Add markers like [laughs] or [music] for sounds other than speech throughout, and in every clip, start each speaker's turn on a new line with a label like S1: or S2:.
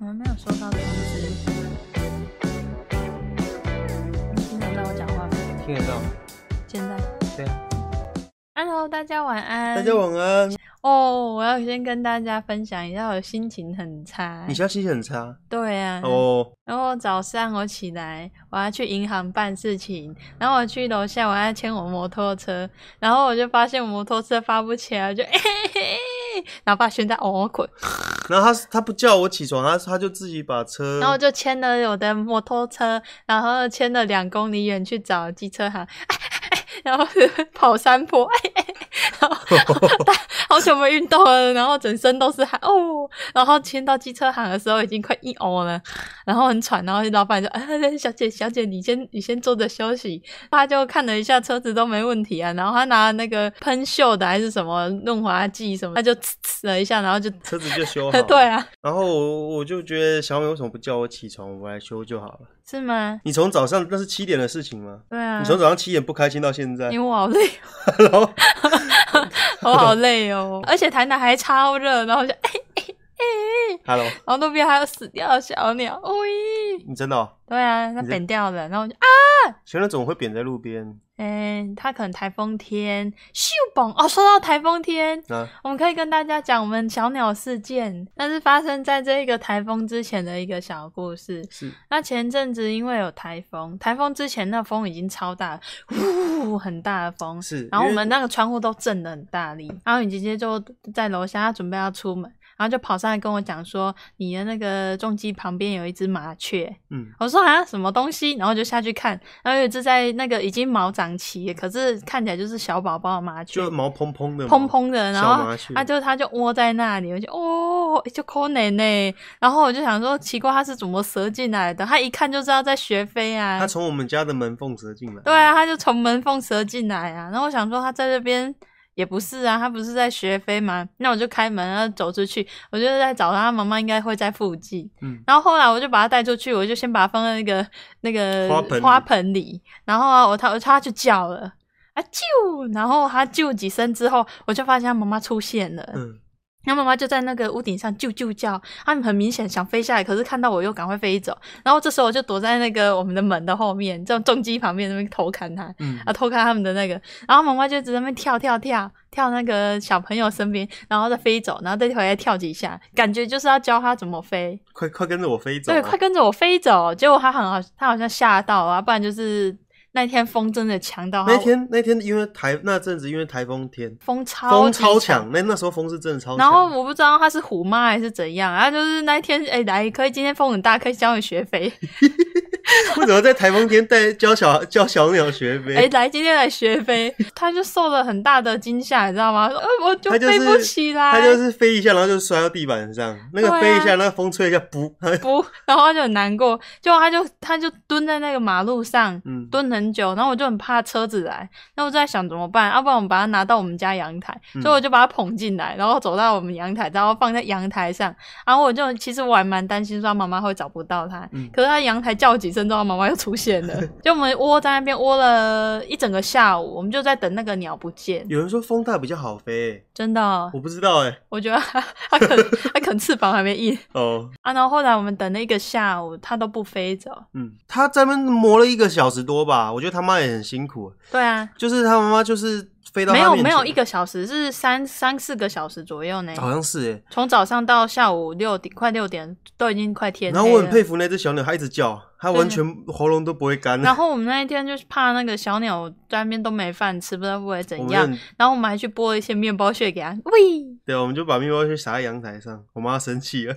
S1: 我们没有收到通知。你听得到我讲话吗？
S2: 听得到？
S1: 现在
S2: 对啊。
S1: Hello，大家晚安。
S2: 大家晚安。
S1: 哦，我要先跟大家分享一下，我心情很差
S2: 你。消息很差
S1: 对啊。
S2: 哦，
S1: 然后早上我起来，我要去银行办事情，然后我去楼下，我要牵我摩托车，然后我就发现我摩托车发不起来，我就 [laughs] 嘿嘿嘿，然后把悬在哦滚，
S2: 然后他他不叫我起床，他他就自己把车，
S1: 然后我就牵了我的摩托车，然后牵了两公里远去找机车行， [laughs] 然后跑山坡， [laughs] 然后 [laughs] 好久没运动了，然后整身都是汗哦，然后牵到机车行的时候已经快一哦了，然后很喘，然后老板就 [laughs] 啊，小姐小姐，你先你先坐着休息，他就看了一下车子都没问题啊，然后他拿了那个喷锈的还是什么润滑剂什么，他就呲呲了一下，然后就
S2: 车子就修好。
S1: [laughs] 对。啊，
S2: 然后我我就觉得小美为什么不叫我起床，我来修就好了。
S1: 是吗？
S2: 你从早上那是七点的事情吗？
S1: 对啊，
S2: 你从早上七点不开心到现在，
S1: 因为我好累，
S2: [laughs] 然后
S1: [laughs] 我好累哦，而且台南还超热，然后我就哎哎哎，
S2: Hello，
S1: 然后那边还有死掉的小鸟，喂，
S2: 你真的、哦，
S1: 对啊，它
S2: 你在
S1: 扁掉了，然后我就啊，
S2: 小鸟怎么会扁在路边？
S1: 哎，它可能台风天，咻嘣哦，说到台风天。
S2: 啊，
S1: 我们可以跟大家讲我们小鸟事件，那是发生在这一个台风之前的一个小故事。
S2: 是
S1: 那前阵子因为有台风，台风之前那风已经超大，呼，很大的风，
S2: 是，
S1: 然后我
S2: 因为
S1: 们那个窗户都震得很大力，然后你姐姐就在楼下，她准备要出门，然后就跑上来跟我讲说，你的那个重机旁边有一只麻雀。
S2: 嗯，
S1: 我说啊，什么东西？然后就下去看，然后有一只在那个已经毛长齐了，可是看起来就是小宝宝的麻雀
S2: 就，毛蓬蓬的嘛，
S1: 蓬蓬的，然
S2: 小
S1: 后
S2: 麻雀
S1: 它就它就窝在那里，我就哦，就抠奶奶。然后我就想说，奇怪，它是怎么折进来的？它一看就知道在学飞啊。
S2: 它从我们家的门缝折进来。
S1: 对啊，他就从门缝折进来啊。然后我想说他在这边也不是啊，他不是在学飞吗？那我就开门，然后走出去，我就在找他妈妈，应该会在附近。
S2: 嗯，
S1: 然后后来我就把它带出去，我就先把它放在那个那个
S2: 花盆里
S1: 里，然后啊，我它它就叫了啊啾，然后它啾几声之后，我就发现它妈妈出现了，
S2: 嗯，
S1: 然后妈妈就在那个屋顶上啾啾叫，它很明显想飞下来，可是看到我又赶快飞走，然后这时候我就躲在那个我们的门的后面，这种重机旁边那边偷看它，
S2: 嗯
S1: 啊，偷看他们的那个，然后妈妈就一直在那边跳跳跳跳那个小朋友身边，然后再飞走，然后再回来跳几下，感觉就是要教它怎么飞。
S2: 快快跟着我飞走、啊！
S1: 对，快跟着我飞走。结果他很好，他好像吓到啊，不然就是那天风真的强到它
S2: 那天那天因为台那阵子因为台风天，
S1: 风超
S2: 风
S1: 级
S2: 超强，。那那时候风是真的超强。
S1: 然
S2: [laughs]
S1: 后 [laughs] 我不知道他是虎妈还是怎样，然后就是那一天，哎、来，可以今天风很大，可以教你学飞，
S2: 为什么在台风天带教小教小鸟学飞？
S1: 哎、来，今天来学飞， [laughs] 他就受了很大的惊吓，你知道吗？呃，我就
S2: 它就
S1: 飞不
S2: 是
S1: 起来，
S2: 它就是飞一下，然后就摔到地板上。那
S1: 对啊
S2: 个飞一下，那个风吹一下，噗， [laughs]
S1: 不，然后他就很难过，就他就他就蹲在那个马路上，
S2: 嗯，
S1: 蹲很久，然后我就很怕车子来，那我就在想怎么办，啊要、不然我们把它拿到我们家阳台，
S2: 嗯
S1: 所以我就把它捧进来，然后走到我们阳台，然后放在阳台上，然后我就其实我还蛮担心说它妈妈会找不到它，
S2: 嗯
S1: 可是它阳台叫几声之后，它妈妈又出现
S2: [laughs]
S1: 了，就我们窝在那边窝了一整个下午，我们就在等那个鸟不见，
S2: 有人说风大比较好飞、
S1: 真的，哦
S2: 我不知道哎、
S1: 我觉得它它可能它可能翅膀还没硬
S2: 哦，
S1: 啊，然后后来我们等了一个下午，它都不飞走，
S2: 嗯，他在那边磨了一个小时多吧，我觉得他妈也很辛苦。
S1: 对啊。
S2: 就是他妈妈就是飞到
S1: 没
S2: 他
S1: 有
S2: 面
S1: 没有
S2: 前
S1: 一个小时，是三三四个小时左右呢。
S2: 好像是哎、
S1: 从早上到下午六点，快六点都已经快天黑
S2: 然
S1: 了。
S2: 后我很佩服那只小鸟，它一直叫，它完
S1: 对
S2: 全喉咙都不会干。
S1: 然后我们那一天就是怕那个小鸟在那边都没饭吃，不知道会不会
S2: [laughs] 我
S1: 怎
S2: 们
S1: 样。
S2: 很
S1: 然后我们还去剥一些面包屑给它，喂，
S2: 对，啊我们就把面包屑撒在阳台上，我妈生气了。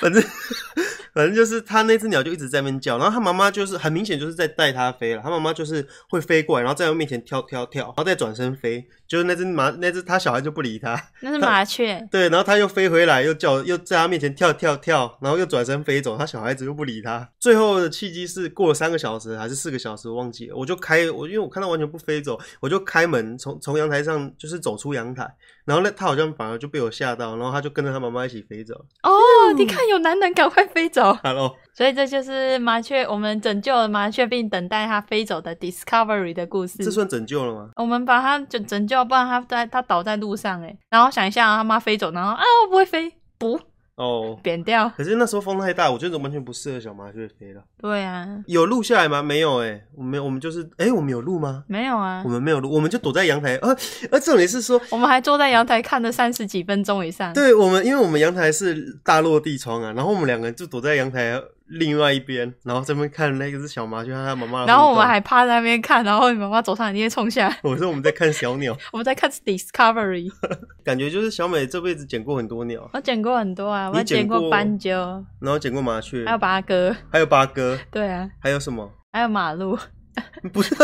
S2: 反正反正就是它那只鸟就一直在那边叫，然后它妈妈就是很明显就是在带它飞了，它妈妈就是会飞过来，然后在它面前跳跳跳，然后再转身飞，就是那只马那只它小孩就不理它，
S1: 那是麻雀。
S2: 对，然后它又飞回来，又叫又在它面前跳跳跳，然后又转身飞走，它小孩子又不理它。最后的契机是过了三个小时还是四个小时，我忘记了，我就开我因为我看它完全不飞走，我就开门从从阳台上就是走出阳台，然后那它好像反而就被我吓到，然后它就跟着它妈妈一起飞走。
S1: 哦，你看有男人赶快飞走，
S2: Hello，
S1: 所以这就是麻雀，我们拯救了麻雀并等待它飞走的 Discovery 的故事
S2: 这。算拯救了吗？
S1: 我们把它拯欸拯救，不然它在它倒在路上哎。然后想一下，它妈飞走，然后啊我不会飞，不，
S2: 哦。
S1: 扁掉。
S2: 可是那时候风太大，我觉得完全不适合小麻雀飞了。
S1: 对啊，
S2: 有录下来吗？没有哎、我们我们就是哎、我们有录吗？
S1: 没有啊
S2: 我，们没有录，我们就躲在阳台。而而重点是说，
S1: 我们还坐在阳台看了三十几分钟以上。
S2: 对我们，因为我们阳台是大落地窗啊，然后我们两个人就躲在阳台另外一边，然后这边看那个是小麻雀和他妈妈的互动。
S1: 然后我们还趴在那边看，然后你妈妈走上来，你也冲下来。
S2: 我说我们在看小鸟，
S1: 我们在看 Discovery，
S2: 感觉就是小美这辈子捡过很多鸟，
S1: 我捡过很多啊，
S2: 你
S1: 我捡
S2: 捡过
S1: 过斑鸠，
S2: 然后捡过麻雀，
S1: 还有八哥，
S2: 还有八哥，
S1: 对啊，
S2: 还有什么？
S1: 还有马路
S2: 不是，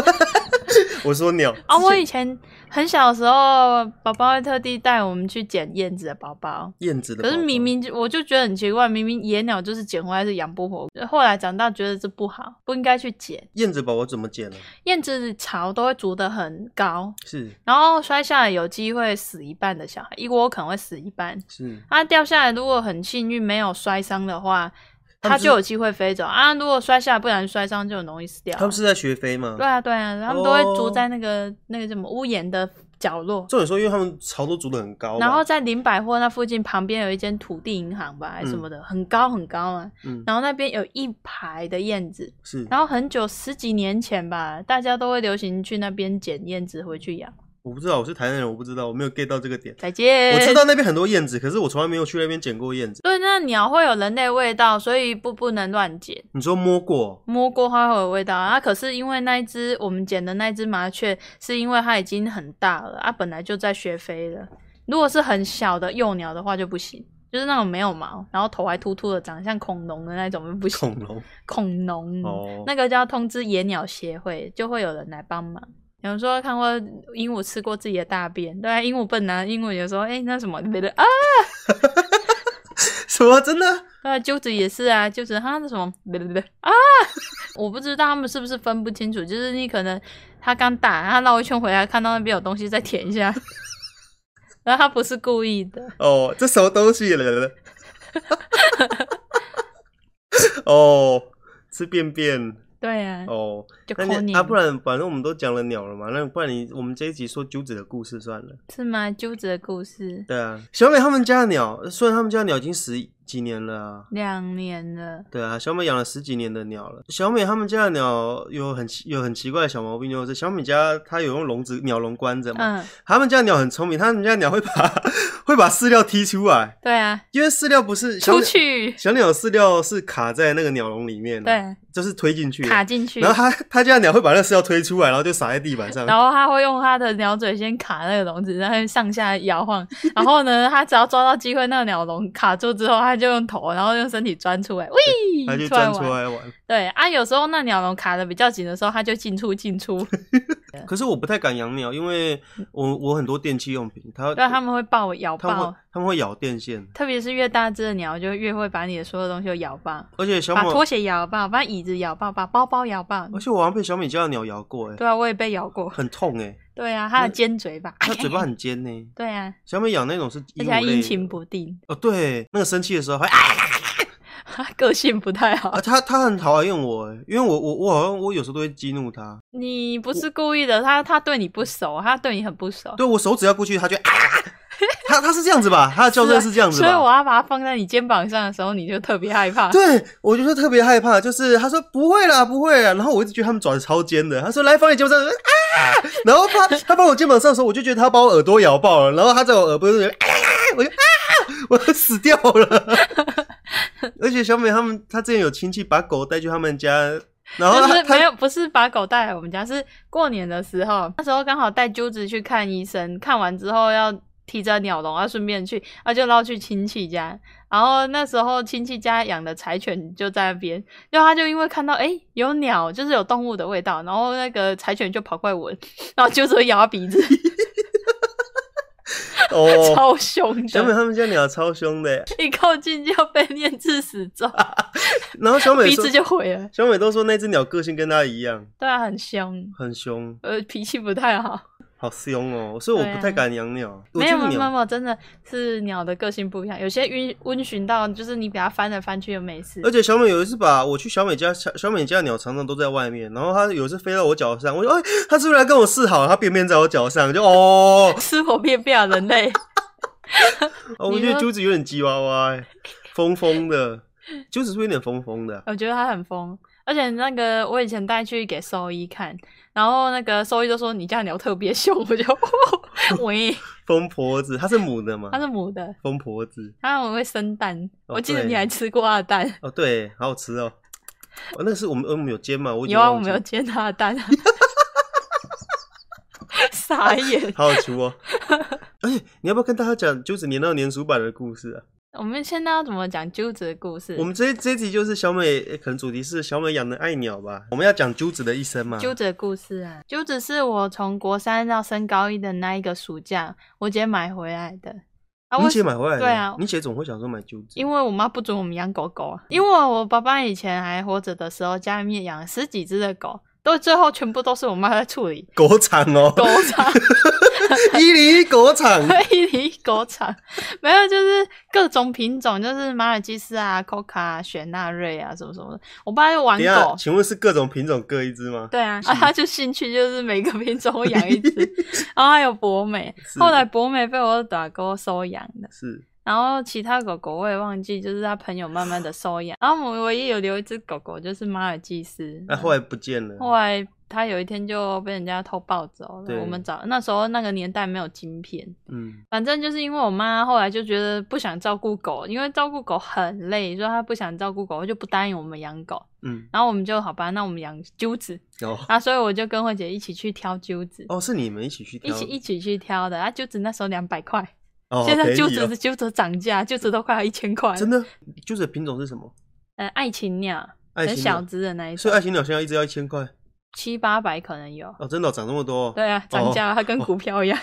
S2: 我说鸟
S1: 啊。我以前很小的时候，宝宝会特地带我们去捡燕子的宝宝。
S2: 燕子的宝
S1: 可
S2: 宝。
S1: 是明明就我就觉得很奇怪，明明野鸟就是捡回来是养不活，后来长大觉得这不好，不应该去捡。
S2: 燕子宝宝怎么捡呢？
S1: 燕子巢都会筑得很高，
S2: 是
S1: 然后摔下来有机会死一半的小孩，一窝可能会死一半。
S2: 是，
S1: 它掉下来如果很幸运没有摔伤的话，它
S2: 他们是
S1: 就有机会飞走啊。如果摔下来不然摔伤就很容易死掉。
S2: 他们是在学飞吗？
S1: 对。啊对啊，他们都会
S2: 哦
S1: 住在那个、那个什么屋檐的角落。
S2: 重点 [laughs] 说，因为他们巢都筑得很高嘛，
S1: 然后在林百货那附近旁边有一间土地银行吧，还是什么的，很高很高啊。
S2: 嗯
S1: 然后那边有一排的燕子，
S2: 是，
S1: 然后很久十几年前吧，大家都会流行去那边捡燕子回去养。
S2: 我不知道，我是台南人，我不知道，我没有 get 到这个点。
S1: 再见。
S2: 我知道那边很多燕子，可是我从来没有去那边捡过燕子。
S1: 对，那鸟会有人类味道，所以不不能乱捡。
S2: 你说摸过？
S1: 摸过它会有味道啊，可是因为那一只我们捡的那一只麻雀，是因为它已经很大了，啊，本来就在学飞了。如果是很小的幼鸟的话就不行，就是那种没有毛，然后头还秃秃的，长得像恐龙的那种就不行。
S2: 恐龙 [laughs]
S1: 恐龙，
S2: 哦
S1: 那个就要通知野鸟协会，就会有人来帮忙。有人说看过鹦鹉吃过自己的大便，对啊，鹦鹉笨啊，鹦鹉有时候哎、那什么别的啊，
S2: 什么？真的？
S1: 啊，鸠子也是啊，鸠子他那什么，别别别啊！ [laughs] 我不知道他们是不是分不清楚，就是你可能他刚打，他绕一圈回来，看到那边有东西，再舔一下， [laughs] 然后他不是故意的。
S2: 哦，这什么东西 [laughs] 了？哦，吃便便
S1: 对啊，
S2: 哦。
S1: 就抠
S2: 那你
S1: 你
S2: 啊，不然反正我们都讲了鸟了嘛，那不然你我们这一集说鸠子的故事算了。
S1: 是吗？鸠子的故事
S2: 对啊，小美他们家的鸟，虽然他们家的鸟已经十几年了啊、
S1: 两年了，
S2: 对啊，小美养了十几年的鸟了。小美他们家的鸟有很奇有很奇怪的小毛病，就是小美家它有用笼子鸟笼关着嘛。
S1: 嗯，
S2: 他们家的鸟很聪明，他们家的鸟会把 [laughs] 会把饲料踢出来，
S1: 对啊，
S2: 因为饲料不是小
S1: 出
S2: 鸟
S1: 去，
S2: 小鸟饲料是卡在那个鸟笼里面的，，哦
S1: 对，
S2: 就是推进去的。
S1: 卡进去，
S2: 然后它它家的鸟会把那个饲料推出来，然后就撒在地 [laughs] 板上。
S1: 然后他会用他的鸟嘴先卡那个笼子，然后上下摇晃。然后呢，他只要抓到机会，那个鸟笼卡住之后，他就用头，然后用身体钻出来，
S2: [laughs] 它
S1: 喂，
S2: 就钻
S1: 出
S2: 出
S1: 来玩。
S2: 来玩，
S1: 对啊，有时候那鸟笼卡的比较紧的时候，他就进出进
S2: [laughs]
S1: 出，
S2: 可是我不太敢养鸟，因为我我很多电器用品，它
S1: 对，啊他们会抱咬
S2: 它们
S1: 爆
S2: 会。它们会咬电线，
S1: 特别是越大只的鸟，就越会把你的所有东西都咬爆，
S2: 而且小
S1: 把
S2: 马
S1: 拖鞋咬爆，把椅子咬爆，把包包咬爆。
S2: 而且我好像被小米家的鸟咬过、
S1: [laughs]
S2: 欸，
S1: 对啊，我也被咬过。
S2: 很痛哎、欸，
S1: 对啊，它的尖嘴巴，
S2: 它嘴巴很尖呢、
S1: 对啊，
S2: 小美养那种是
S1: 哎而且
S2: 鹦
S1: 它
S2: 鹉类
S1: 阴
S2: 的
S1: 晴不定， [laughs]
S2: 哦，对，那个生气的时候还啊，
S1: 它个性不太好
S2: 啊。它它很讨厌我、欸，因为我我我好像我有时候都会激怒它，
S1: 你不是故意的，他他对你不熟，他对你很不熟，
S2: 对我手指要过去，它就啊，它它是这样子吧，它的叫
S1: 是啊
S2: 声是这样子
S1: 所以我
S2: 吧。
S1: 要把它放在你肩膀上的时候，你就特别害怕。
S2: [laughs] 对，我就是特别害怕，就是他说不会啦，不会啦，然后我一直觉得他们爪子超尖的，他说来放你肩膀上，啊，然后他他把我肩膀上的时候，我就觉得他把我耳朵咬爆了，然后他在我耳朵那边，啊我就啊，我要死掉了。 [laughs] 而且小美他们，她之前有亲戚把狗带去他们家，然后
S1: 就
S2: 她
S1: 是
S2: 她
S1: 没有，不是把狗带来我们家，是过年的时候，那时候刚好带揪子去看医生，看完之后要提着鸟笼，要顺便去，啊就捞去亲戚家，然后那时候亲戚家养的柴犬就在那边，然后他就因为看到哎、诶有鸟，就是有动物的味道，然后那个柴犬就跑过来闻，然后揪子会咬它鼻子，
S2: 哦，
S1: [laughs] 超凶的。
S2: 小美他们家鸟超凶的，欸
S1: 一靠近就要被念至死咒，
S2: 然后小美
S1: 鼻
S2: 啊说
S1: 子，就毁了。
S2: 小美都说那只鸟个性跟她一样，
S1: 对啊，很凶，
S2: 很凶，
S1: 呃，脾气不太好。
S2: 好凶哦，所以我
S1: 对啊
S2: 不太敢养鸟，我
S1: 没有啊
S2: 觉得
S1: 没有
S2: 鸟
S1: 没有，真的是鸟的个性不一样，有些温温驯到就是你给它翻来翻去就没事
S2: 而。且小美有一次把我去小美家，小小美家的鸟常常都在外面，然后它有一次飞到我脚上，我说：“哎，它是不是来跟我示好？”它便便在我脚上，就哦，
S1: 吃火便变人类， [laughs]
S2: 哦我
S1: 你
S2: 觉得
S1: 说
S2: 揪子有点鸡娃娃、欸，疯疯的，就只是有点疯疯的。
S1: 我觉得他很疯，而且那个我以前带去给兽医看，然后那个兽医就说你家鸟特别凶，我就 [laughs] 喂，
S2: 疯婆子，它是母的吗？
S1: 它是母的，
S2: 疯婆子
S1: 它很会生蛋，
S2: 哦
S1: 我记得
S2: 对
S1: 你还吃过它的蛋，
S2: 哦，对，好好吃哦。哦，那个是我们我们有煎吗？我已经
S1: 有啊，我
S2: 忘记
S1: 没有
S2: 了，
S1: 煎它的蛋、啊， [laughs] 傻眼。
S2: 好好吃哦。 [laughs] 而且你要不要跟大家讲就是年到年鼠版的故事啊？
S1: 我们现在要怎么讲鸠子的故事？
S2: 我们这这一集就是小美，呃可能主题是小美养的爱鸟吧。我们要讲鸠子的一生嘛。
S1: 鸠子的故事啊，鸠子是我从国三到升高一的那一个暑假，我姐买回来的。啊，
S2: 你
S1: 为
S2: 姐
S1: 什
S2: 买回来的，
S1: 对啊
S2: 你姐总会想说买鸠子，
S1: 因为我妈不准我们养狗狗啊，因为我爸爸以前还活着的时候，家里面养了十几只的狗，都最后全部都是我妈在处理。
S2: 狗场哦， [laughs]
S1: 狗场，
S2: 伊犁狗
S1: [laughs]
S2: 场，
S1: 伊犁狗场，没有就是各种品种，就是马尔济斯啊、c [laughs] o c a 啊、雪纳瑞啊什么什么的。我爸就玩
S2: 等一下，
S1: 狗，
S2: 请问是各种品种各一只吗？
S1: 对啊，啊，他就兴趣就是每个品种会养一只，
S2: [laughs]
S1: 然后还有博美，
S2: 是
S1: 后来博美被我打勾收养的，
S2: 是
S1: 然后其他狗狗我也忘记，就是他朋友慢慢的收养，然后我们唯一有留一只狗狗就是马尔济斯，
S2: 那、后来不见了。
S1: 后来他有一天就被人家偷抱走
S2: 对
S1: 了，我们找那时候那个年代没有晶片，
S2: 嗯，
S1: 反正就是因为我妈后来就觉得不想照顾狗，因为照顾狗很累，所以她不想照顾狗，就不答应我们养狗，
S2: 嗯，
S1: 然后我们就好吧，那我们养鸠子。
S2: 哦
S1: 啊，所以我就跟慧姐一起去挑揪子，
S2: 哦，是你们一起去
S1: 一
S2: 挑，
S1: 起一起去挑的啊。揪子那时候两百块，
S2: 哦，
S1: 现在
S2: 便宜
S1: 揪
S2: 哦
S1: 子的揪子涨价，揪子都快要一千块了。
S2: 真的鸠子的品种是什么？
S1: 呃，爱情鸟，
S2: 爱
S1: 很
S2: 情
S1: 小
S2: 鸟，
S1: 只的那一
S2: 所
S1: 种
S2: 以，爱情鸟现在一只要一千块
S1: 七八百可能有。
S2: 哦，真的哦、涨这么多、哦。
S1: 对啊，涨价了，它跟股票
S2: [laughs]
S1: 一样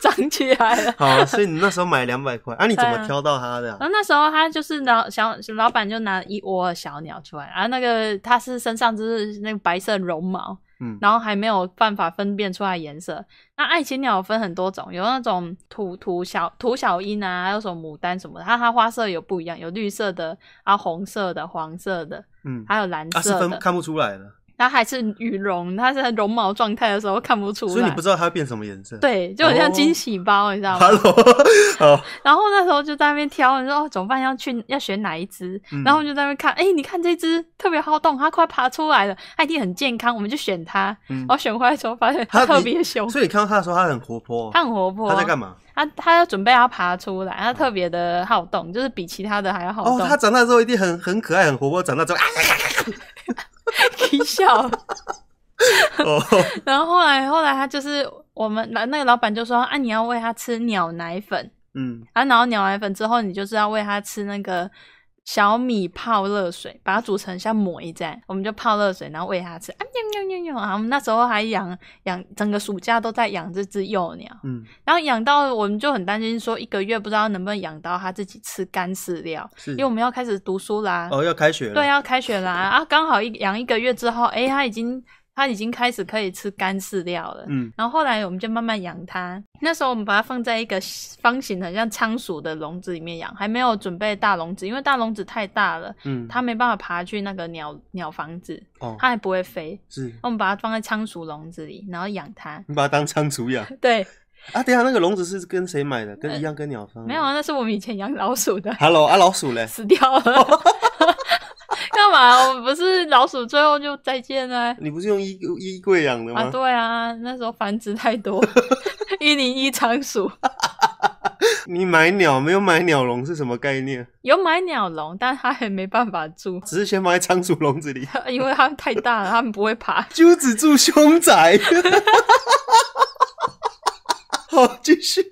S1: 涨起来了。
S2: 好啊，所以你那时候买两百块，啊，你怎
S1: 对
S2: 么
S1: 啊
S2: 挑到它的、
S1: 然
S2: 啊？
S1: 后那时候他就是老小老板就拿一窝的小鸟出来，然后那个它是身上就是那个白色绒毛，
S2: 嗯，
S1: 然后还没有办法分辨出来颜色。那爱情鸟有分很多种，有那种土土小土小鹰啊，还有什么牡丹什么的，它它花色有不一样，有绿色的，啊红色的、黄色的，
S2: 嗯，
S1: 还有蓝
S2: 啊，是
S1: 色
S2: 分
S1: 的。
S2: 看不出来的，
S1: 它还是羽绒，它是在绒毛状态的时候看不出来，
S2: 所以你不知道它会变什么颜色。 [laughs]
S1: 对，就很像
S2: 哦
S1: 惊喜包，你知道吗？
S2: ，Hello，好，
S1: 然后那时候就在那边挑，你说哦，怎么办？要去要选哪一只？
S2: 嗯
S1: 然后我就在那边看，哎、你看这只特别好动，它快爬出来了，它一定很健康，我们就选它。
S2: 嗯
S1: 然后选回来的时候发现
S2: 它
S1: 特
S2: 你
S1: 别凶，
S2: 所以你看到它的时候，它很活泼、哦，
S1: 它很活泼。啊
S2: 它在干嘛？
S1: 它它要准备要爬出来，它特别的好动，就是比其他的还要好
S2: 哦，
S1: 动。
S2: 它长大之后一定很很可爱、很活泼。长
S1: [laughs]
S2: 大之后，啊，
S1: 踢笑。 [laughs]
S2: 哦，
S1: 然后后来后来它就是我们那那个老板就说啊，你要喂它吃鸟奶粉
S2: 嗯，
S1: 啊，然后鸟奶粉之后你就是要喂它吃那个。小米泡热水，把它煮成像馍这样，我们就泡热水，然后喂它吃。啊喵喵喵喵！啊，我们那时候还养养，整个暑假都在养这只幼鸟，
S2: 嗯，
S1: 然后养到我们就很担心，说一个月不知道能不能养到它自己吃干饲料，
S2: 是
S1: 因为我们要开始读书啦。
S2: 哦，要开学了，
S1: 对，要开学啦啊！刚好一养一个月之后，诶，它已经它已经开始可以吃干饲料了。
S2: 嗯，
S1: 然后后来我们就慢慢养它。那时候我们把它放在一个方形很像仓鼠的笼子里面养，还没有准备大笼子，因为大笼子太大了，
S2: 嗯，
S1: 它没办法爬去那个鸟鸟房子，
S2: 哦，
S1: 它还不会飞。
S2: 是，
S1: 我们把它放在仓鼠笼子里，然后养它。
S2: 你把它当仓储养
S1: [laughs] 对，
S2: 啊？等一下那个笼子是跟谁买的？跟一样跟鸟方
S1: 没有，啊，那是我们以前养老鼠
S2: [laughs]
S1: 的，
S2: ？Hello，啊，老鼠嘞？
S1: 死掉了。
S2: 哦
S1: [laughs] 干嘛？我们不是老鼠最后就再见了。
S2: 你不是用衣衣柜养的
S1: 啊，
S2: 吗？
S1: 对啊，那时候繁殖太
S2: [laughs]
S1: 多，一零一仓鼠
S2: 你买鸟没有买鸟笼是什么概念？
S1: 有买鸟笼，但它还没办法住，
S2: 只是先放在仓鼠笼子里。
S1: [laughs] 因为它们太大了，它们不会爬。 [laughs]
S2: 鸠子住凶宅。 [laughs] 好，继续。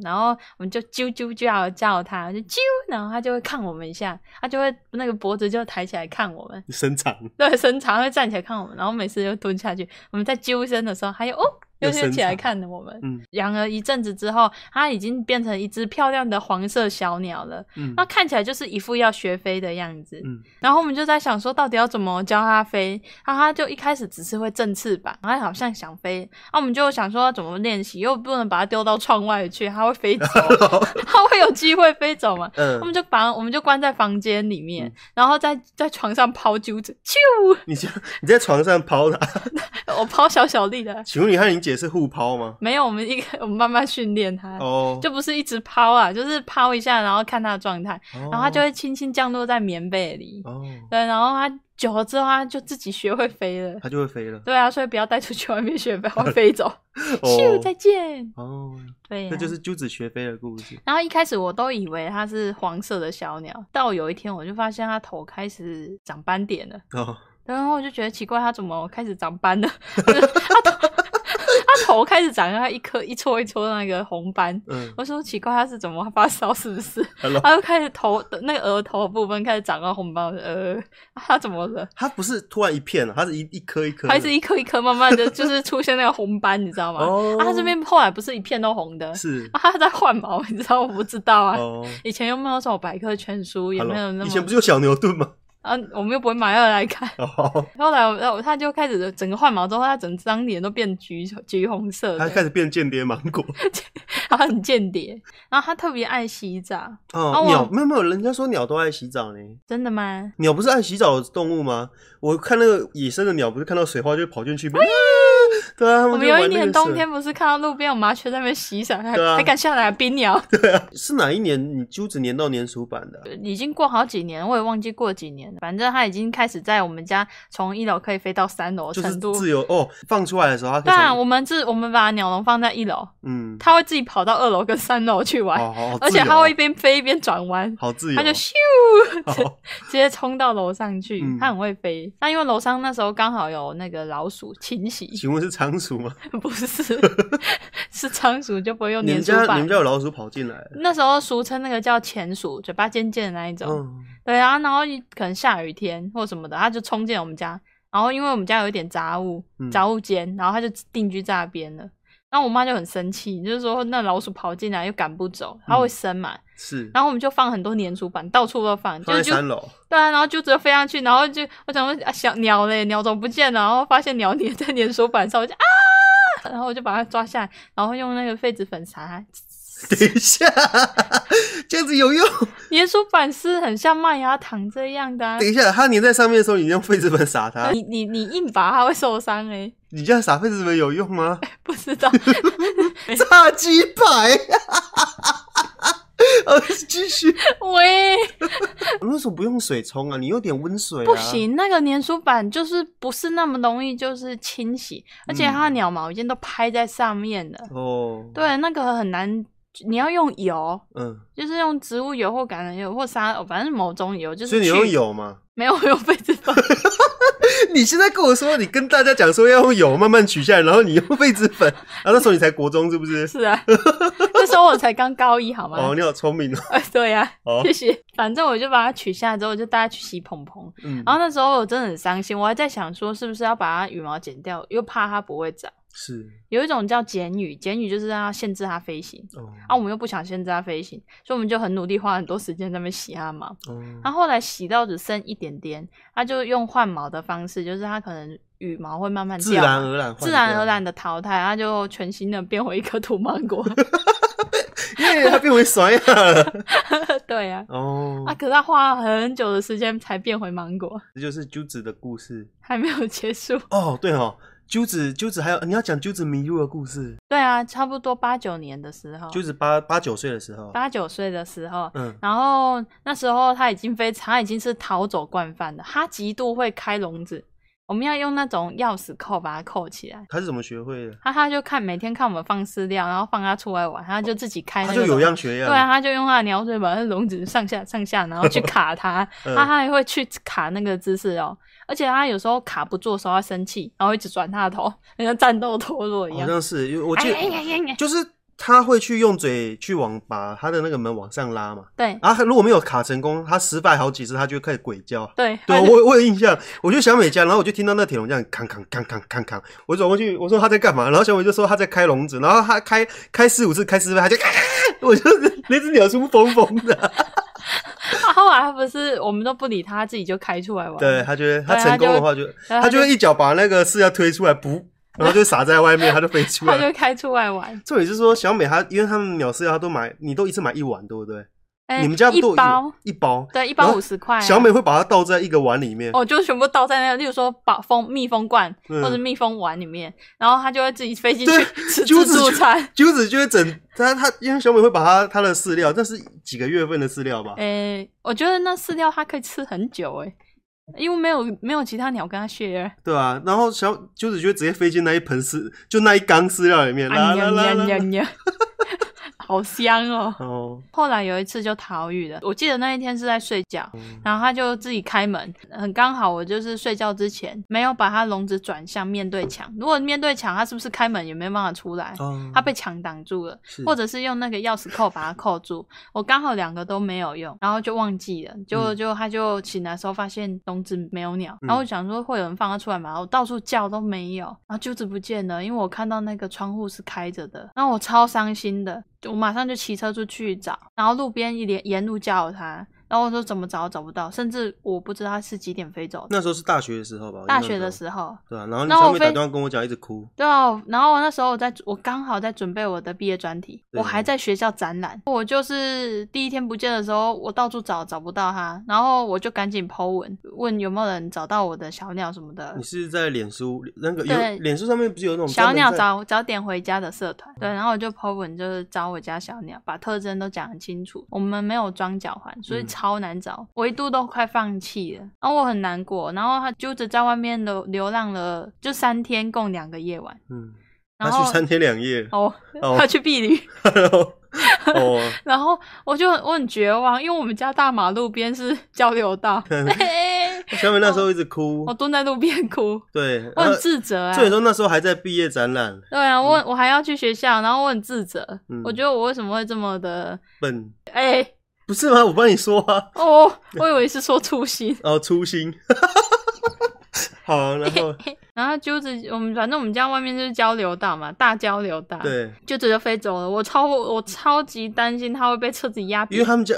S1: 然后我们就啾啾叫叫它，就啾，然后它就会看我们一下，它就会那个脖子就抬起来看我们， [laughs]
S2: 伸长，
S1: 对，伸长会站起来看我们，然后每次就蹲下去。我们在啾一声的时候，它又哦。又
S2: [laughs] 又伸
S1: 是起来
S2: 长
S1: 看我们，
S2: 嗯
S1: 养了一阵子之后，它已经变成一只漂亮的黄色小鸟了。
S2: 嗯
S1: 它看起来就是一副要学飞的样子。
S2: 嗯，
S1: 然后我们就在想说，到底要怎么教它飞？然后它就一开始只是会正翅膀，然后它好像想飞，然后我们就想说要怎么练习，又不能把它丢到窗外去，它会飞
S2: [laughs]
S1: 走，它会有机会飞走嘛？我们
S2: 嗯，
S1: 就把我们就关在房间里面，然后在在床上抛揪子，啾！
S2: 你这样你在床上抛它， [laughs]
S1: 我抛小小丽的，
S2: 请问你和你姐是互抛吗？
S1: 没有，我们一个我们慢慢训练它，
S2: 哦，
S1: 就不是一直抛啊，就是抛一下，然后看它的状态，
S2: 然
S1: 然后它就会轻轻降落在棉被里。
S2: 哦，
S1: 对，然后它久了之后，它就自己学会飞了。
S2: 它就会飞了。
S1: 对啊，所以不要带出去外面学飞，会飞走。咻，再
S2: [laughs] 哦，
S1: 见。
S2: 哦，
S1: 对、啊，
S2: 这就是鸠子学飞的故事。
S1: 然后一开始我都以为它是黄色的小鸟，到有一天我就发现它头开始长斑点了，
S2: 哦，
S1: 然后我就觉得奇怪，它怎么开始长斑了？ [laughs] 就是它头它头开始长它一颗一撮一撮的那个红斑， [laughs]
S2: 嗯
S1: 我说奇怪，它是怎么发烧是不是？ [laughs]
S2: ，Hello，
S1: 它就开始头的那个额头的部分开始长到红斑，我说呃， [laughs] 它怎么了？
S2: 它不是突然一片啊，它是一一颗一颗的。
S1: 它是一颗一颗慢慢
S2: [laughs]
S1: 的就是出现那个红斑，你知道吗？
S2: 哦，
S1: 啊，它这边后来不是一片都红的，
S2: 是
S1: 啊，它在换毛， [laughs] 你知道我不知道啊。
S2: 哦
S1: 以前又没有什么百科全书， [laughs] 也没有那
S2: ，Hello，
S1: 么
S2: 以前不是有小牛顿吗？
S1: 啊，我们又不会买二来看。 [laughs]
S2: 哦，
S1: 后来我他就开始整个换毛之后，他整张脸都变橘橘红色
S2: 它
S1: 的，
S2: 开始变间谍芒果。
S1: 然后很间谍。然后他特别爱洗澡，啊
S2: 哦，
S1: 我
S2: 鸟没有没有，人家说鸟都爱洗澡呢。
S1: 真的吗？
S2: 鸟不是爱洗澡的动物吗？我看那个野生的鸟，不是看到水花就会跑进去吗？ [laughs] 对啊，它
S1: 嗯我
S2: 们
S1: 们
S2: 就玩
S1: 有一
S2: 那
S1: 年
S2: 个
S1: 冬
S2: 水
S1: 天不是看到路边有麻雀在那边洗澡，还、
S2: 对啊
S1: 还敢下来冰鸟，
S2: 是哪一年？你揪子年到年属版的啊、
S1: 已经过好几年，我也忘记过几年了。反正他已经开始在我们家从一楼可以飞到三楼
S2: 就
S1: 的
S2: 是
S1: 程度。
S2: 自由哦，放出来的时候它可
S1: 对
S2: 以
S1: 啊，
S2: 从
S1: 我们是我们把鸟笼放在一楼，
S2: 嗯，
S1: 它会自己跑到二楼跟三楼去玩。 [laughs]
S2: 好好，好
S1: 而
S2: 自
S1: 且
S2: 由
S1: 它
S2: 哦
S1: 会一边飞一边转弯，
S2: 好自由，
S1: 它就咻
S2: [laughs] 好
S1: [laughs] 直接冲到楼上去
S2: 嗯，
S1: 它很会飞。那因为楼上那时候刚好有那个老鼠侵袭，
S2: 请问是仓
S1: [laughs]
S2: 鼠吗？
S1: 不是是仓鼠就不会用
S2: 你
S1: 粘
S2: 们
S1: 鼠
S2: 家你
S1: 板
S2: 们家。有老鼠跑进来了？
S1: 那时候俗称那个叫钱鼠，嘴巴尖尖的那一种。
S2: 嗯，
S1: 对啊，然后一可能下雨天或什么的，它就冲进我们家。然后因为我们家有一点杂物
S2: 嗯，
S1: 杂物间，然后它就定居在那边了。然后我妈就很生气，就是说那老鼠跑进来又赶不走，它会
S2: 嗯
S1: 生嘛。
S2: 是
S1: 然后我们就放很多粘鼠板，到处都放，
S2: 放
S1: 就
S2: 在
S1: 就
S2: 三楼， [laughs]
S1: 对啊，然后就直接飞上去，然后就我想说啊，小鸟嘞，鸟怎么不见了？然后发现鸟粘在粘鼠板上，我就啊，然后我就把它抓下来，然后用那个痱子粉撒它。
S2: 等一下， [laughs] 这样
S1: [laughs]
S2: 子有用？
S1: 粘鼠板是很像麦芽糖这样的、啊
S2: 等，一下，它粘在上面的时候，你用痱子粉撒它，
S1: 你你你硬拔它会受伤哎、
S2: 你这样撒痱子粉有用吗？
S1: 不知
S2: [laughs]
S1: 道
S2: 炸鸡排。 [laughs] 呃，继续。
S1: 喂，
S2: 啊你为什么不用水冲啊？你用点温水、啊。
S1: 不。行，那个粘鼠板就是不是那么容易就是清洗，而
S2: 嗯
S1: 且它的鸟毛已经都拍在上面了，
S2: 哦。。
S1: 对，那个很难，你要用油。
S2: 嗯，
S1: 就是用植物油或橄榄油或沙，哦反正某种油，就是
S2: 所以你
S1: 去
S2: 用油嘛？
S1: 没有用痱子粉，
S2: 你现在跟我说，你跟大家讲说要用油慢慢取下来，然后你用痱子粉，啊，那时候你才国中是不是？
S1: 是
S2: [laughs]
S1: 啊，那时候我才刚高一，好吗？
S2: 哦，你好聪明哦。
S1: 哎 [laughs] 对呀、
S2: 哦
S1: 谢，谢。反正我就把它取下来之后，就带它去洗蓬蓬。
S2: 嗯，
S1: 然后那时候我真的很伤心，我还在想说是不是要把它羽毛剪掉，又怕它不会长。
S2: 是
S1: 有一种叫剪羽，剪羽就是让它限制它飞行。
S2: 哦
S1: 啊，我们又不想限制它飞行，所以我们就很努力，花很多时间在那边洗它的毛。它
S2: 哦，
S1: 后来洗到只剩一点点，它就用换毛的方式，就是它可能羽毛会慢慢
S2: 自
S1: 掉嘛
S2: 然而然，
S1: 自然而然，的淘汰，它就全新的变回一颗土芒
S2: [laughs]
S1: 果。
S2: 耶，它变回酸呀。
S1: [laughs] 对啊，
S2: 哦
S1: 啊，，可是它花了很久的时间才变回芒果，
S2: 这就是鸠子的故事。
S1: 还没有结束。
S2: 哦，对哦，鸠子，鸠子还有你要讲鸠子迷路的故事。
S1: 对啊，差不多八九年的时候，
S2: 鸠子八八九岁的时候，
S1: 八九岁的时候。
S2: 嗯，
S1: 然后那时候它已经非常，它已经是逃走惯犯了。它极度会开笼子，我们要用那种钥匙扣把它扣起来。
S2: 他是怎么学会的？
S1: 它它就看每天看我们放饲料，然后放它出来玩，它就自己开那
S2: 他
S1: 个
S2: 就有
S1: 笼
S2: 样学样。
S1: 对啊，，他就用他的鸟嘴把那笼子上下上下，然后去卡它，
S2: [laughs]
S1: 啊
S2: 嗯
S1: 他还会去卡那个姿势哦。而且他有时候卡不住的时候，他生气，然后一直转他的头， [laughs] 很像战斗陀螺一
S2: 好
S1: 样。
S2: 像是，因哦为我
S1: 哎
S2: 记
S1: 呀呀
S2: 得
S1: 呀呀！
S2: 就是他会去用嘴去往把他的那个门往上拉嘛。
S1: 对
S2: 啊，如果没有卡成功，他失败好几次，他就开始鬼
S1: [laughs]
S2: 叫。
S1: 对，
S2: 对啊，
S1: 他就
S2: 我我 [laughs] 有印象，我就小美家，然后我就听到那铁笼这样扛扛扛扛扛扛，我转过去我说他在干嘛，然后小美就说他在开笼子，然后他开开四五次开失败，他就咔咔咔，我就那只鸟是不是疯疯
S1: [laughs] 啊
S2: 的，
S1: 他后来他不是我们都不理他，他自己就开出来玩。
S2: 对，他觉得他成功的话就
S1: 对啊
S2: 他就会一脚把那个饲料推出来，不，然后就撒在外面，他就飞出
S1: 他
S2: 来。
S1: 就开出来玩。
S2: 重点是说小美她因为他们鸟饲料她都买，你都一次买一碗对不对？
S1: 哎
S2: 你们家
S1: 一
S2: 都
S1: 包，
S2: 一包，
S1: 对，一
S2: 然
S1: 包
S2: 后
S1: 五十块啊。
S2: 小美会把它倒在一个碗里面，
S1: 哦，就全部倒在那个，例如说把封密封罐
S2: 嗯
S1: 或者密封碗里面，然后他就会自己飞进
S2: 对
S1: 去 [laughs] 吃
S2: 就
S1: 自
S2: 是
S1: 助餐。 [laughs]
S2: 揪子就会整它它，因为小美会把它它的饲料，那是几个月份的饲料吧？
S1: 诶、我觉得那饲料它可以吃很久诶、因为没有没有其他鸟跟它 share。
S2: 对啊，然后小揪子就会直接飞进那一盆饲，就那一缸饲料里面，啦
S1: 啊
S2: 啦
S1: 呀
S2: 啦
S1: 呀
S2: 啦
S1: 呀
S2: 啦。 [laughs]
S1: 呀！好香哦。
S2: 哦，
S1: 后来有一次就逃狱了，我记得那一天是在睡觉，然后他就自己开门，很刚好我就是睡觉之前没有把它笼子转向面对墙，如果面对墙，它是不是开门也没办法出来？
S2: 哦
S1: 它被墙挡住了，
S2: 是
S1: 或者是用那个钥匙扣把它扣住。我刚好两个都没有用，然后就忘记了，就
S2: 嗯
S1: 就他就醒来的时候发现笼子没有鸟，
S2: 嗯
S1: 然后我想说会有人放它出来嘛，我到处叫都没有，然后揪子不见了，因为我看到那个窗户是开着的，然后我超伤心的，我马上就骑车出去找，然后路边一连沿路叫它。然后我说怎么找都找不到，甚至我不知道它是几点飞走的。
S2: 那时候是大学的时候吧？
S1: 大学的
S2: 候，
S1: 时候，
S2: 对啊。然后你
S1: 那我
S2: 小美打
S1: 飞
S2: 电话跟我讲，一直哭，
S1: 对啊，然后那时候我在，我刚好在准备我的毕业专题，
S2: 对
S1: 我还在学校展览。我就是第一天不见的时候，我到处找找不到它，然后我就赶紧 Po 文，问有没有人找到我的小鸟什么的
S2: 你。是在脸书那个
S1: 对
S2: 有脸书上面不是有那种
S1: 小鸟
S2: 找
S1: 早早点回家的社团，
S2: 嗯
S1: 对，然后我就 po 文，就是找我家小鸟，把特征都讲很清楚。我们没有装脚环，所以
S2: 嗯
S1: 超难找，我一度都快放弃了。然后我很难过，然后它揪着在外面流流浪了，就三天共两个夜晚。
S2: 嗯，
S1: 然
S2: 他
S1: 后
S2: 去三天两夜，
S1: [laughs] 哦，
S2: [laughs] 哦
S1: 他去避旅， [laughs]
S2: [laughs] 哦，
S1: 然后我就我很绝望，因为我们家大马路边是 [laughs] 交流
S2: [laughs]
S1: 道，嘿
S2: 小美那时候一直哭
S1: [laughs] 我，蹲在路边哭，
S2: 对，
S1: 我很
S2: 然后
S1: 自责啊
S2: 所。以说那时候还在毕业展览，
S1: 对啊，我我还要去学校，然后我很自责，
S2: 嗯
S1: 我觉得我为什么会这么的，
S2: 笨， [laughs]
S1: 哎、
S2: 不是吗？我帮你说啊， [laughs]
S1: 哦，我以为是说粗心。 [laughs]
S2: 然后粗心， [laughs] 好，然
S1: [laughs]
S2: 后
S1: 然后揪子，我们反正我们家外面就是交流道嘛，大交流道，，
S2: 对，
S1: 揪子就飞走了。我超我超级担心它会被车子压
S2: 因
S1: 扁
S2: 为，他们家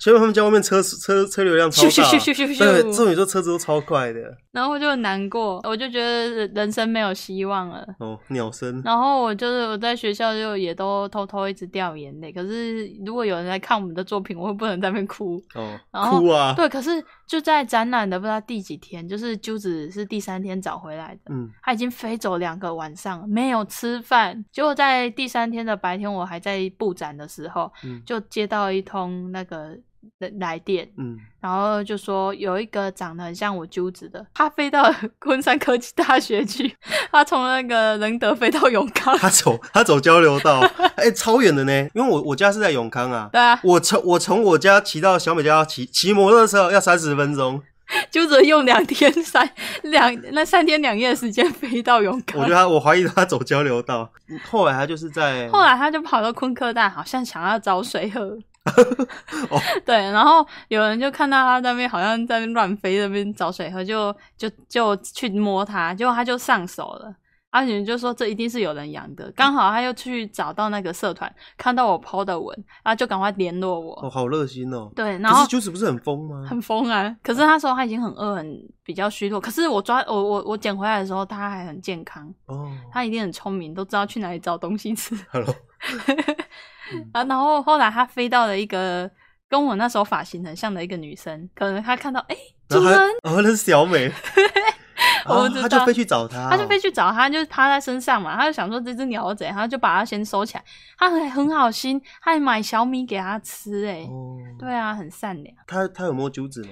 S2: 小美他们家外面车车车流量超
S1: 咻咻
S2: 大
S1: 咻，咻咻咻咻
S2: 对，这，种你说车子都超快的
S1: 然后我就很难过，我就觉得人生没有希望了。
S2: 哦，鸟 [laughs] 声，
S1: 然后我就是我在学校就也都偷偷一直掉眼泪，可是如果有人来看我们的作品，我会不能在那边哭。
S2: 哦，
S1: 然后
S2: 哭啊，
S1: 对，可是就在展览的不知道第几天，就是鸠子是第三天找回来的，
S2: 嗯，
S1: 他已经飞走两个晚上了没有吃饭。结果在第三天的白天，我还在布展的时候，
S2: 嗯
S1: 就接到一通那个来来电，
S2: 嗯，
S1: 然后就说有一个长得很像我揪子的，他飞到 [laughs] 昆山科技大学去，他从那个仁德飞到永康。
S2: 他走他走交流道， [laughs] 哎、超远的呢，因为我我家是在永康啊，
S1: 对啊，
S2: 我从我从我家骑到小美家要骑骑摩托车要三十分钟，
S1: 揪着用两天三两那三天两夜的时间飞到永
S2: [laughs] 我觉
S1: 康
S2: 得。他我怀疑他走交流道，后来他就是在
S1: 后来他就跑到昆科大，好像想要找水喝。
S2: [laughs] 哦
S1: 对，然后有人就看到他在那边好像在那边乱飞，在那边找水喝，就就就去摸它，结果他就上手了。阿女就说这一定是有人养
S2: 嗯
S1: 的，刚好他又去找到那个社团，看到我 PO 的文，然后就赶快联络我。
S2: 哦好热心哦，
S1: 对，然
S2: 可
S1: 后
S2: 是九子不是很疯吗？
S1: 很疯啊！可是那时候他已经很饿，很比较虚弱。可是我抓我我我捡回来的时候，他还很健康，
S2: 哦
S1: 他一定很聪明，都知道去哪里找东西吃。 [laughs]
S2: ，Hello，嗯
S1: 啊，然后后来他飞到了一个跟我那时候发型很像的一个女生，可能他看到哎、
S2: 然
S1: 主
S2: 后他
S1: 人，
S2: 哦那是小
S1: [laughs]
S2: 美，
S1: 我
S2: 啊
S1: 知道
S2: 他就飞去找他、哦
S1: 他就飞去找他，就趴在身上嘛，他就想说这只鸟是怎样，他就把它先收起来。他还很好心，他还买小米给它吃、哎、
S2: 哦，
S1: 对啊，很善良。
S2: 他他有摸九子吗？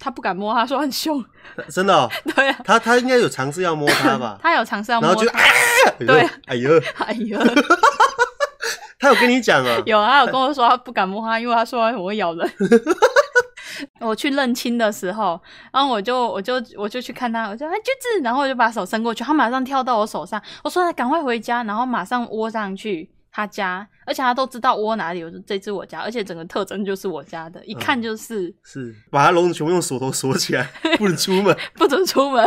S1: 他不敢摸，他说很凶。 [laughs]
S2: 他真的、哦，
S1: 对啊，
S2: 他他应该有尝试要摸他吧，
S1: [laughs] 他有尝试要
S2: 然
S1: 摸
S2: 后就
S1: 它
S2: 啊，哎呦
S1: 对
S2: 哎呦，
S1: 哎呦，
S2: 他有跟你讲 [laughs] 啊，
S1: [laughs] 有啊，有跟我说他不敢摸它，因为他说我会咬人。我去认亲的时候，然后我就我就我就去看他，我就哎就是，然后我就把手伸过去，他马上跳到我手上，我说赶快回嗯家，然后马上窝上去他家，而且他都知道窝哪里，我说这只我家，而且整个特征就是我家的，一看就是、
S2: 是把他笼子全部用锁头
S1: [laughs]
S2: 锁起来，不能出门
S1: 不准出门，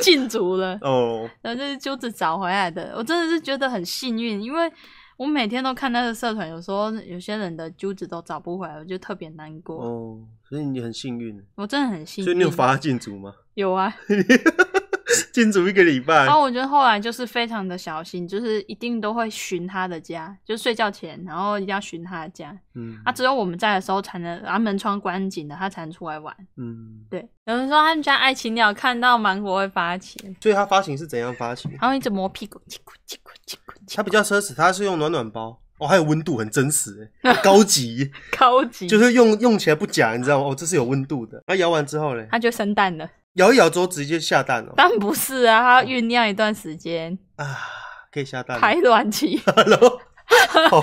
S1: 禁足了。
S2: 哦。
S1: 然后这是揪子找回来的，我真的是觉得很幸运，因为我每天都看那个社团，有时候有些人的揪子都找不回来，我就特别难过。
S2: 哦，所以你很幸运，
S1: 我真的很幸运。
S2: [laughs] 所以你有罚他禁足吗？
S1: 有啊，
S2: 禁足一个礼拜
S1: 然。后我觉得后来就是非常的小心，就是一定都会巡他的家，就是睡觉前，然后一定要巡他的家。
S2: 嗯
S1: 啊，只有我们在的时候才能，把门窗关紧的，他才能出来玩。
S2: 嗯，
S1: 对，有人说他们家爱情鸟看到芒果会发情，
S2: 所以它发情是怎样发情？
S1: 然后一直磨屁股，叽咕叽咕叽咕叽咕，
S2: 它比较奢侈，它是用暖暖包哦，还有温度很真实，欸
S1: [laughs]
S2: 高级，
S1: 高级，
S2: 就是用用起来不假，你知道吗？哦，这是有温度的。那摇完之后嘞，
S1: 它就生蛋了。 [laughs]
S2: 摇一摇之后直接下蛋了哦
S1: 但不是啊，它要酝酿一段时间，
S2: 啊，可以下蛋了。
S1: 排卵
S2: [laughs]
S1: 期。
S2: Hello，哦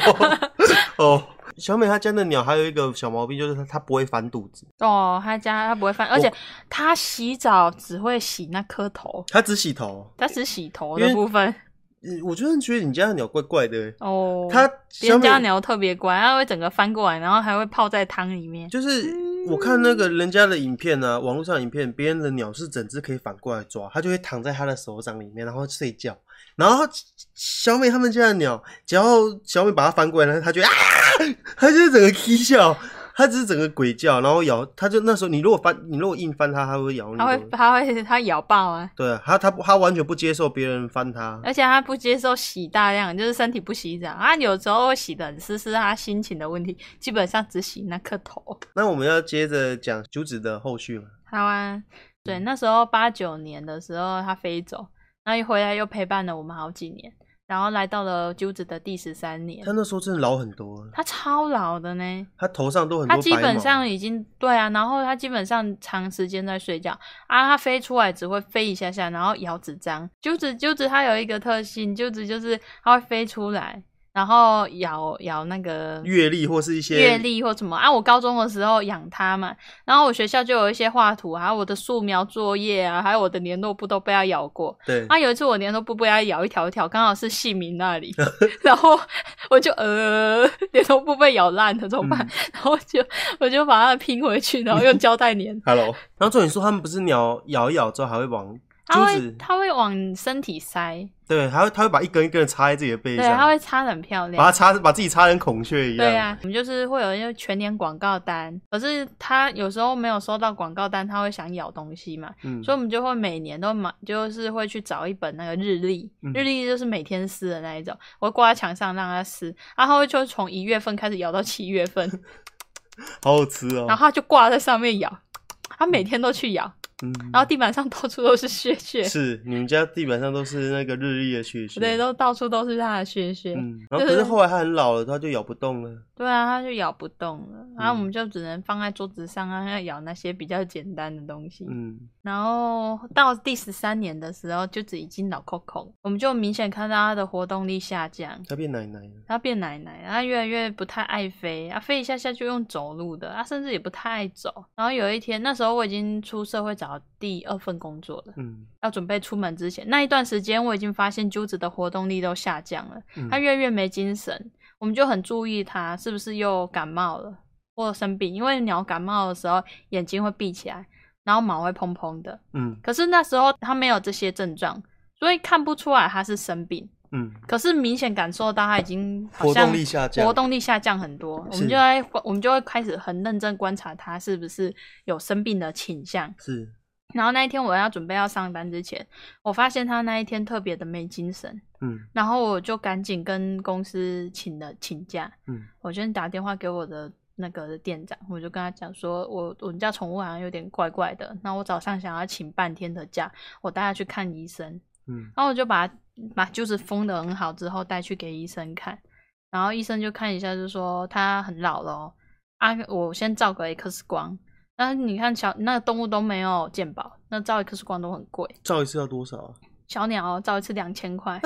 S2: 哦，小美她家的鸟还有一个小毛病，就是它它不会翻肚子，
S1: 哦，他家他不会翻，而且他洗澡只会洗那颗头，
S2: 它只洗头。
S1: 他只洗头
S2: 因
S1: 的
S2: 为
S1: 部分。
S2: 嗯我觉得觉得你家的鸟怪怪的、欸，
S1: 哦，
S2: 它
S1: 别
S2: 小
S1: 人
S2: 美
S1: 家鸟特别乖，它会整个翻过来，然后还会泡在汤里面。
S2: 就是我看那
S1: 嗯
S2: 个人家的影片啊，网络上影片，别人的鸟是整只可以反过来抓，它就会躺在它的手掌里面，然后睡觉。然后小美他们家的鸟，只要小美把它翻过来，然后它就啊，它就是整个踢笑，它只是整个鬼叫，然后咬，它就那时候你如果翻，你如果硬翻它，它会咬你
S1: 它会
S2: 的。
S1: 它会它咬爆啊！
S2: 对啊，它它不它完全不接受别人翻它。
S1: 而且它不接受洗大量，就是身体不洗澡啊，有时候会洗的很湿，是它心情的问题，基本上只洗那颗头。
S2: 那我们要接着讲九子的后续嘛？
S1: 台湾
S2: 嗯
S1: 对那时候八九年的时候，它飞走，那一回来又陪伴了我们好几年，然后来到了鸠子的第十三年
S2: 它，那时候真的老很多，
S1: 它超老的呢。
S2: 它头上都很
S1: 它
S2: 多白毛。
S1: 基本上已经对啊，然后它基本上长时间在睡觉啊，它飞出来只会飞一下下，然后咬纸张。鸠子鸠子它有一个特性，鸠子就是它会飞出来，然后咬咬那个
S2: 阅历或是一些
S1: 阅历或什么啊。我高中的时候养它嘛，然后我学校就有一些画图，还有我的素描作业啊，还有我的联络簿都被它咬过。
S2: 对，
S1: 啊，有一次我连都不被它咬一条一条，刚好是细明那里， [laughs] 然后我就呃，连都不被咬烂了，怎么办？
S2: 嗯。
S1: [laughs] 然后就我就把它拼回去，然后用胶带粘
S2: Hello，然后 [laughs] 重点说他们不是鸟咬一咬之后还会往
S1: 它
S2: 珠
S1: 会
S2: 子，
S1: 它会往身体塞，
S2: 对，还会它会把一根一根的插在自己的背
S1: 对，它
S2: 上，
S1: 会擦得很漂
S2: 把它
S1: 亮。
S2: 插把自己插成孔雀一样。
S1: 对啊，我们就是会有一些全年广告单，可是它有时候没有收到广告单，它会想咬东西嘛，
S2: 嗯，
S1: 所以我们就会每年都买，就是会去找一本那个日历，
S2: 嗯
S1: 日历就是每天撕的那一种，我会挂在墙上让它撕，然后就从一月份开始咬到七月
S2: [laughs]
S1: 份，
S2: 好好吃哦
S1: 然。后它就挂在上面咬，它每天都去咬，
S2: 嗯，
S1: 然后地板上 [laughs] 到处都是血血，
S2: 是你们家地板上都是那个日历的血血，
S1: 对，都到处都是它的血血，
S2: 嗯，然后可是后来它很老了，它就咬不动了。
S1: 对啊，它就咬不动了，
S2: 嗯
S1: 然后我们就只能放在桌子上啊，让它咬那些比较简单的东西，
S2: 嗯，
S1: 然后到第十三年的时候，就只已经老扣扣，我们就明显看到它的活动力下降。
S2: 它变奶奶了。
S1: 然后变奶奶，然后越来越不太爱飞，啊，飞一下下就用走路的，啊，甚至也不太爱走。然后有一天，那时候我已经出社会找第二份工作了，
S2: 嗯，
S1: 要准备出门之前，那一段时间我已经发现鸠子的活动力都下降了，
S2: 嗯
S1: 它越来越没精神，我们就很注意它是不是又感冒了或生病，因为鸟感冒的时候眼睛会闭起来，然后毛会蓬蓬的，
S2: 嗯
S1: 可是那时候它没有这些症状，所以看不出来它是生病。
S2: 嗯，
S1: 可是明显感受到它已经好
S2: 活
S1: 像
S2: 动力下降，
S1: 活动力下降很多，我
S2: 是
S1: 们就在我们就会开始很认真观察它是不是有生病的倾向。
S2: 是
S1: 然后那一天我要准备要上班之前，我发现它那一天特别的没精神，
S2: 嗯
S1: 然后我就赶紧跟公司请了请假。
S2: 嗯
S1: 我先打电话给我的那个店长，我就跟他讲说，我我们家宠物好像有点怪怪的，那我早上想要请半天的假，我带它去看医生。
S2: 嗯
S1: 然后我就把把就是封的很好之后带去给医生看，然后医生就看一下就说他很老了、哦、啊，我先照个 X 光。但是你看小那个动物都没有健保，那照 X 光都很贵，
S2: 照一次要多少啊？
S1: 小鸟哦、照一次两千块。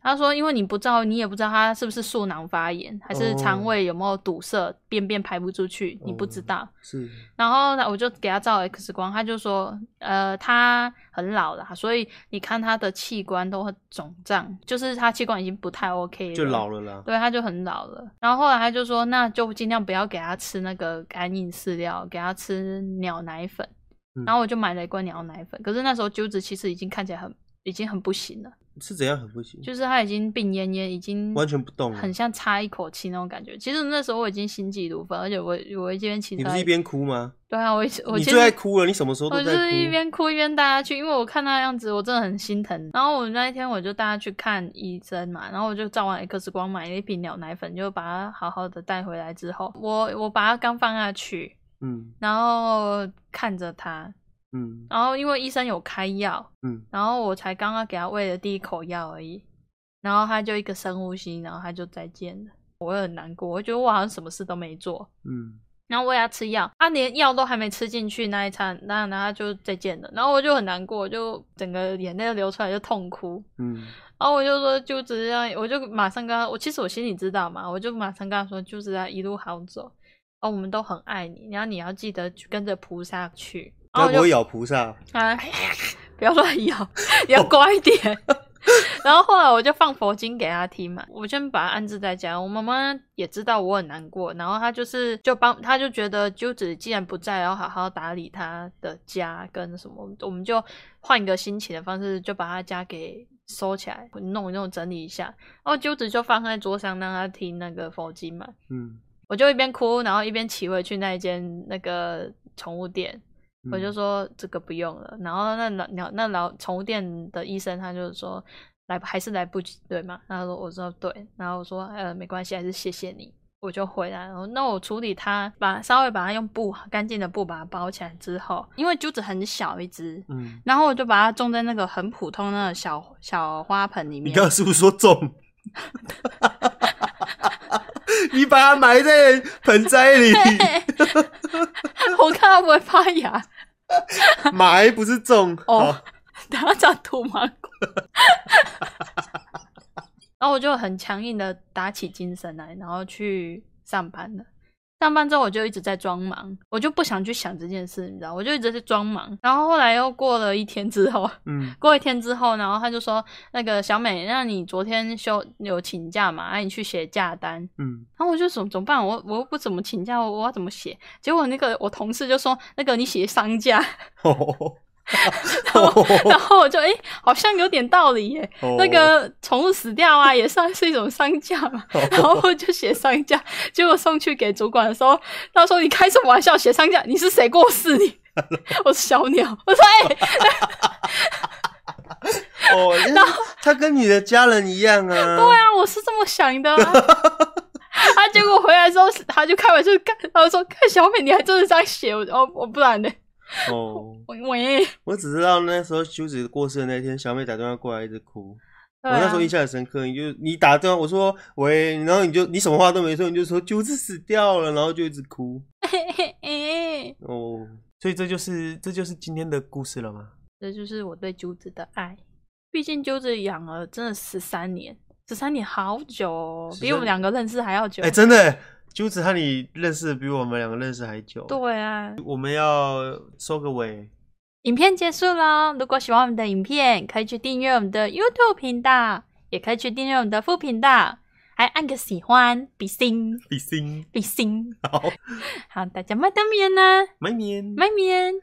S1: 他说，因为你不照，你也不知道它是不是素囊发炎，还是肠胃有没有堵塞，便便排不出去，你不知道。
S2: 是
S1: 然后呢，我就给他照 X 光，他就说，呃，他很老了，所以你看他的器官都很肿胀，就是他器官已经不太 OK 了，
S2: 就老了啦。
S1: 对，他就很老了。然后后来他就说，那就尽量不要给他吃那个安饮饲料，给他吃鸟奶粉
S2: 嗯。
S1: 然后我就买了一罐鸟奶粉，可是那时候鸠子其实已经看起来很已经很不行了。
S2: 是怎样很不行，
S1: 就是他已经病恹恹，已经
S2: 完全不动了。
S1: 很像差一口气那种感觉。其实那时候我已经心急如焚，而且我我一边骑
S2: 你
S1: 车
S2: 不，是一边哭吗？
S1: 对啊，我一直我
S2: 你
S1: 其
S2: 最爱
S1: 实
S2: 哭了，你什么时候
S1: 我
S2: 都
S1: 就
S2: 在哭。
S1: 是一边哭一边带他去，因为我看他的样子，我真的很心疼。然后我那一天我就带他去看医生嘛，然后我就照完 X 光买了一瓶鸟奶粉，就把他好好的带回来之后，我我把他刚放下去，
S2: 嗯
S1: 然后看着他，
S2: 嗯
S1: 然后因为医生有开药，
S2: 嗯，
S1: 然后我才刚刚给他喂了第一口药而已，然后他就一个深呼吸，然后他就再见了。我会很难过，我觉得我好像什么事都没做。
S2: 嗯，
S1: 然后喂他吃药，他连药都还没吃进去那一餐，那然后他就再见了。然后我就很难过，我就整个眼泪流出来，就痛哭。
S2: 嗯，
S1: 然后我就说，就只是让，我就马上跟他，我其实我心里知道嘛，我就马上跟他说，就是要一路好走。哦，我们都很爱你，然后你要记得跟着菩萨去。然后
S2: 该
S1: 我
S2: 不
S1: 就
S2: 会咬菩萨？
S1: 啊，不要乱咬，你要乖一点。 [laughs] 然后后来我就放佛经给他听嘛，我先把他安置在家。我妈妈也知道我很难过，然后她就是就帮，她就觉得鸠子既然不在，要好好打理他的家跟什么，我们就换一个心情的方式，就把他家给收起来，弄一弄，整理一下。然后鸠子就放在桌上，让他听那个佛经嘛。
S2: 嗯，
S1: 我就一边哭，然后一边骑回去那一间那个宠物店，
S2: 嗯
S1: 我就说这个不用了。然后那老鸟那老宠物店的医生他就说来还是来不及对吗？然后我说对，然后我说呃没关系，还是谢谢你。我就回来，然后那我处理它，把稍微把它用布干净的布把它包起来之后，因为珠子很小一只，
S2: 嗯，
S1: 然后我就把它种在那个很普通的那个小小花盆里
S2: 你
S1: 面。 [laughs]
S2: 刚刚是不是说 [laughs] 中？你把它埋在盆栽里，
S1: 我看它不会发芽，
S2: 埋不是种。
S1: 哦
S2: 好，
S1: 等下长土芒果。 [laughs] 然后我就很强硬的打起精神来，然后去上班了。上班之后我就一直在装忙，我就不想去想这件事，你知道，我就一直在装忙。然后后来又过了一天之后， [laughs]
S2: 嗯
S1: 过一天之后，然后他就说：“那个小美，那你昨天休有请假嘛？啊那、你去写假单。”
S2: 嗯，
S1: 然后我就怎么怎么办？我我又不怎么请假，我我要怎么写？结果那个我同事就说：“那个你写商假。”
S2: 哦， [laughs]
S1: 然后我就哎、诶好像有点道理耶。
S2: 哦
S1: 那个宠物死掉啊，也算是一种丧假
S2: [laughs]
S1: 嘛。然后我就写丧假，结果送去给主管的时候，他说：“你开什么玩笑？写丧假？你是谁过世
S2: [laughs]
S1: 你？”我是小鸟。 [laughs] 我说：“哎、 [laughs]
S2: 哦，他跟你的家人一样啊。
S1: 对啊，我是这么想的、
S2: [laughs]
S1: 啊。”他结果回来之后，他就开玩笑干，他说：“看小美，你还真的这样写？”我哦，我不然呢？
S2: 哦，
S1: 我喂，
S2: 我只知道那时候修子过世的那天，小美打电话过来一直哭。
S1: 对
S2: 我那
S1: 啊
S2: 时候印象很深刻，你就你打电话，我说喂，然后你就你什么话都没说，你就说九子死掉了，然后就一直哭。
S1: 嘿嘿嘿
S2: 哦，所以这就是这就是今天的故事了吗？
S1: 这就是我对鸠子的爱。毕竟鸠子养了真的十三年，十三年好久哦，
S2: 13
S1: 比我们两个认识还要久。
S2: 哎、真的耶，九子和你认识得比我们两个认识还久。，
S1: 对啊，
S2: 我们要收个尾。
S1: 影片结束啦！如果喜欢我们的影片，可以去订阅我们的 YouTube 频道，也可以去订阅我们的副频道，还按个喜欢，比心
S2: 比心，
S1: 比心。
S2: [laughs]
S1: [laughs]
S2: 好，
S1: 好，大家麦当面呢，
S2: 明年。
S1: 麦面。